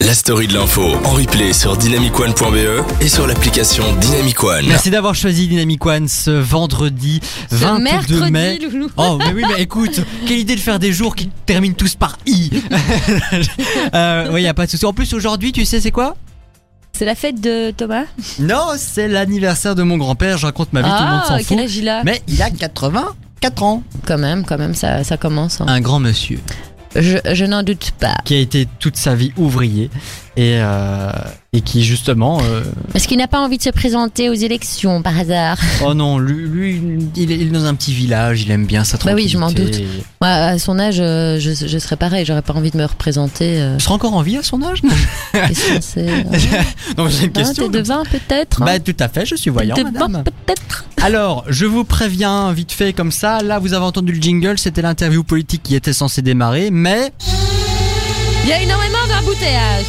la story de l'info en replay sur dynamicone.be E et sur l'application Dynamicone. Merci d'avoir choisi Dynamic One ce vendredi 22 mercredi, mai. Loulou. Oh, mais oui, mais écoute, quelle idée de faire des jours qui terminent tous par I. euh, oui, y a pas de souci. En plus, aujourd'hui, tu sais, c'est quoi C'est la fête de Thomas. Non, c'est l'anniversaire de mon grand-père. Je raconte ma vie, tout le monde ah, s'en quel fout. âge il a Mais il a 84 ans. Quand même, quand même, ça, ça commence. hein. Un grand monsieur Je, je n'en doute pas. qui a été toute sa vie ouvrier et, euh, et qui, justement. euh, Est-ce qu'il n'a pas envie de se présenter aux élections par hasard oh non, lui, lui, il, est, il est dans un petit village, il aime bien sa Bah oui, tranquillité. je m'en Moi, à son âge, euh, je, je serais pareil. J'aurais pas envie de me représenter. euh, Tu seras encore en vie à son âge qu'est-ce que c'est, euh, Non, mais j'ai une hein, question. T'es de 20 peut-être hein Bah tout à fait, je suis voyant. T'es de madame. 20 peut-être Alors, je vous préviens vite fait comme ça, là vous avez entendu le jingle, c'était l'interview politique qui était censée démarrer, mais Il y a énormément d'embouteillages.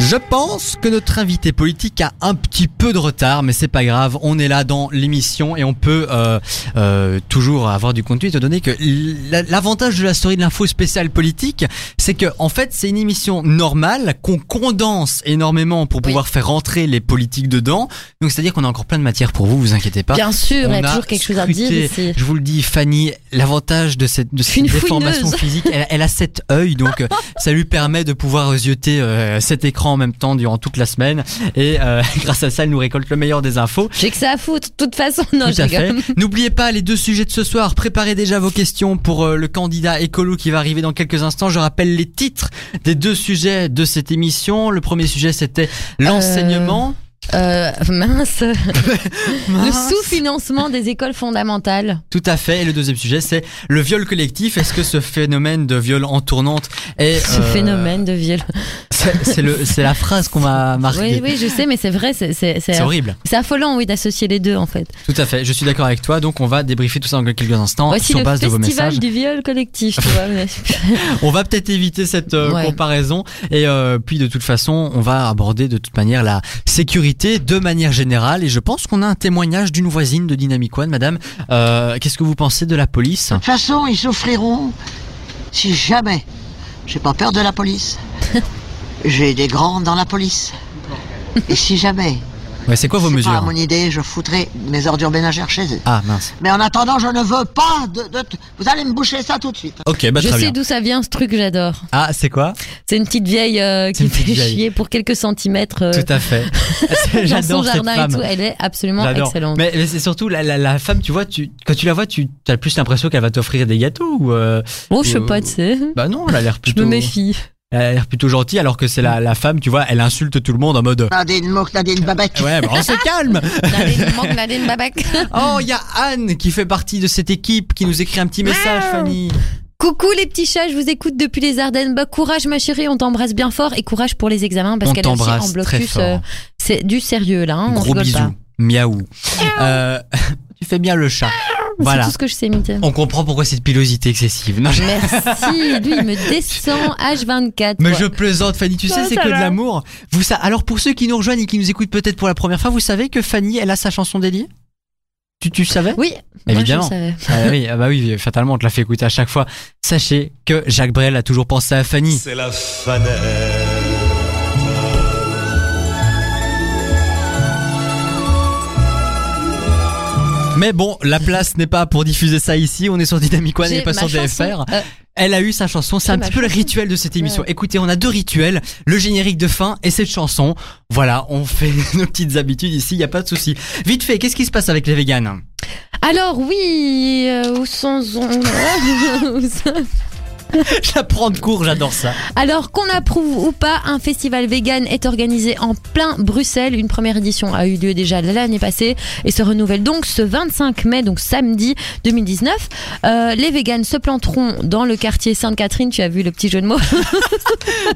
je pense que notre invité politique a un petit peu de retard, mais c'est pas grave, on est là dans l'émission et on peut euh, euh, toujours avoir du contenu étant donné que l- l'avantage de la story de l'info spéciale politique, c'est que en fait c'est une émission normale qu'on condense énormément pour pouvoir faire rentrer les politiques dedans, donc c'est-à-dire qu'on a encore plein de matière pour vous, vous inquiétez pas. Bien sûr, il y On Ah, a toujours quelque chose à dire scruté. ici. Je vous le dis, Fanny, l'avantage de cette, de cette Une déformation fouineuse. physique, elle, elle a sept œils, donc euh, ça lui permet de pouvoir zioter euh, cet écran en même temps durant toute la semaine. Et euh, grâce à ça, elle nous récolte le meilleur des infos. J'ai que ça à foutre, de toute façon. Non, Tout je à rigole. fait. N'oubliez pas les deux sujets de ce soir. Préparez déjà vos questions pour euh, le candidat écolo qui va arriver dans quelques instants. Je rappelle les titres des deux sujets de cette émission. Le premier sujet, c'était l'enseignement. Euh, mince. Le Mince. sous-financement des écoles fondamentales. Tout à fait. Et le deuxième sujet, c'est le viol collectif. Est-ce que ce phénomène de viol en tournante est Ce euh, phénomène de viol. C'est c'est le, c'est la phrase qu'on m'a marquée. Oui, oui, je sais, mais c'est vrai, c'est c'est- c'est- C'est horrible. c'est affolant, oui, d'associer les deux, en fait. Tout à fait. Je suis d'accord avec toi. Donc on va débriefer tout ça dans quelques instants Voici sur le base de vos festival messages. du viol collectif, tu vois. mais- On va peut-être éviter cette euh, Ouais. comparaison. Et euh, puis de toute façon, on va aborder de toute manière la sécurité de manière générale. Et je pense qu'on a un témoignage d'une voisine de Dynamic One, Madame. Euh, Qu'est-ce que vous pensez de la police De toute façon, ils s'offriront si jamais. J'ai pas peur de la police. J'ai des grands dans la police. Et si jamais. Ouais, C'est quoi vos c'est mesures pas mon idée, je foutrai mes ordures ménagères chez eux. Ah mince. Mais en attendant, je ne veux pas de. de- vous allez me boucher ça tout de suite. Ok, bah je très sais bien. d'où ça vient, ce truc, j'adore. Ah, c'est quoi C'est une petite vieille euh, C'est qui une fait petite vieille. chier pour quelques centimètres euh, Tout à fait. dans son J'adore cette jardin et femme. tout. Elle est absolument J'adore. excellente. Mais, mais c'est surtout la, la, la femme, tu vois, tu, quand tu la vois, tu as plus l'impression qu'elle va t'offrir des gâteaux ou. euh, Bon, Oh, je sais Euh, pas, tu sais. bah non, elle a l'air Je plutôt. me méfie. Elle a l'air plutôt gentille, alors que c'est la, la femme, tu vois, elle insulte tout le monde en mode. Nadine Mouk, Nadine Babette. Ouais, bah on se calme. Nadine, manque Nadine Babac. Oh, il y a Anne qui fait partie de cette équipe qui nous écrit un petit message, Fanny. Coucou les petits chats, je vous écoute depuis les Ardennes. Bah, courage ma chérie, on t'embrasse bien fort et courage pour les examens parce On qu'elle est en t'embrasse blocus. très fort. euh, c'est du sérieux là, hein, on Gros rigole bisous, pas. miaou. Euh, tu fais bien le chat. Voilà. C'est tout ce que je sais imiter. On comprend pourquoi cette pilosité excessive. Non, je- Merci, lui il me descend H24. Mais quoi. je plaisante, Fanny. Tu sais, Ouais, c'est ça que de va. l'amour. Vous ça. Alors pour ceux qui nous rejoignent et qui nous écoutent peut-être pour la première fois, vous savez que Fanny, elle a sa chanson déliée. Tu, tu le savais Oui, Évidemment. Moi, je le savais. Ah oui, ah bah oui, fatalement, on te l'a fait écouter à chaque fois. Sachez que Jacques Brel a toujours pensé à Fanny. C'est la fanelle. Mais bon, la place n'est pas pour diffuser ça ici. On est sur Dynamic One, on n'est J'ai pas ma sur DFR. chanson, euh, Elle a eu sa chanson. C'est J'ai un ma petit peu le chanson. rituel de cette émission. Écoutez, on a deux rituels. Le générique de fin et cette chanson. Voilà, on fait nos petites habitudes ici. Il n'y a pas de souci. Vite fait, qu'est-ce qui se passe avec les véganes? Alors oui, euh, où sont où sont- J'apprends de cours, j'adore ça. Alors qu'on approuve ou pas, un festival vegan est organisé en plein Bruxelles. Une première édition a eu lieu déjà l'année passée et se renouvelle donc ce 25 mai, donc samedi 2019. Euh, les véganes se planteront dans le quartier Sainte-Catherine, tu as vu le petit jeu de mots,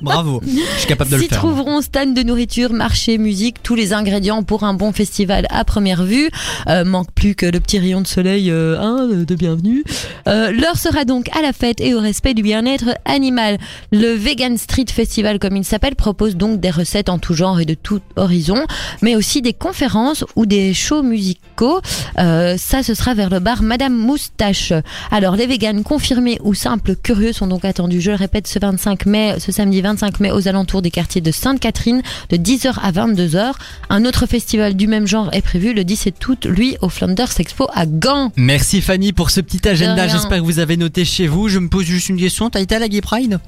Bravo. Je suis capable de le s'y faire. trouveront stands de nourriture, marché, musique, tous les ingrédients pour un bon festival à première vue. Euh, manque plus que le petit rayon de soleil euh, hein, de bienvenue. Euh, L'heure sera donc à la fête et au respect du bien-être animal. Le Vegan Street Festival, comme il s'appelle, propose donc des recettes en tout genre et de tout horizon, mais aussi des conférences ou des shows musicaux. Euh, ça, ce sera vers le bar Madame Moustache. Alors, les véganes confirmés ou simples curieux sont donc attendus, je le répète, ce 25 mai, ce samedi 25 mai, aux alentours des quartiers de Sainte-Catherine, de 10h à 22h. Un autre festival du même genre est prévu le 17 août, lui, au Flanders Expo à Gand. Merci Fanny pour ce petit agenda. rien. J'espère que vous avez noté chez vous. Je me pose juste une question. T'as été à la Gay Pride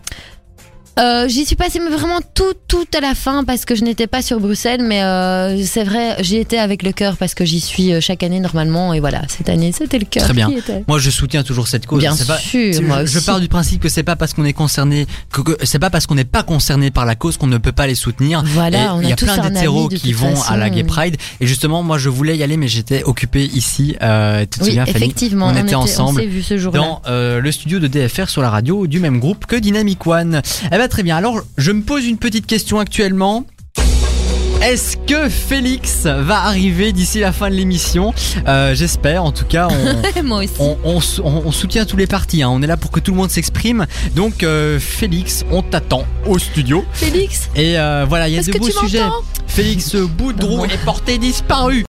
Euh, J'y suis passée mais vraiment tout, tout à la fin parce que je n'étais pas sur Bruxelles, mais euh, c'est vrai, j'y étais avec le cœur parce que j'y suis euh, chaque année normalement et voilà, cette année c'était le cœur. Très bien. qui y était. Moi, je soutiens toujours cette cause. Bien C'est pas- sûr, c'est- moi je, je aussi. pars du principe que c'est pas parce qu'on est concerné, que, que- c'est pas parce qu'on n'est pas concerné par la cause qu'on ne peut pas les soutenir. Voilà, Et Bah on a il y a tous plein un ami, d'hétéros de qui toute vont façon. euh. à la Gay Pride. Et justement, moi, je voulais y aller, mais j'étais occupé ici. Euh, tu te Oui, souviens, Fanny effectivement, on, on, était ensemble. On s'est vu ce jour-là. dans euh, le studio de DFR sur la radio du même groupe que Dynamic One. Eh ben très bien. Alors je me pose une petite question actuellement. Est-ce que Félix va arriver d'ici la fin de l'émission Euh, J'espère. En tout cas, on, Moi aussi. on, on sou- on- on soutient tous les partis. hein. On est là pour que tout le monde s'exprime. Donc euh, Félix, on t'attend au studio. Félix, Et euh, voilà, il y a est-ce de que beaux tu sujets. m'entends Félix Boudreau Non. est porté disparu.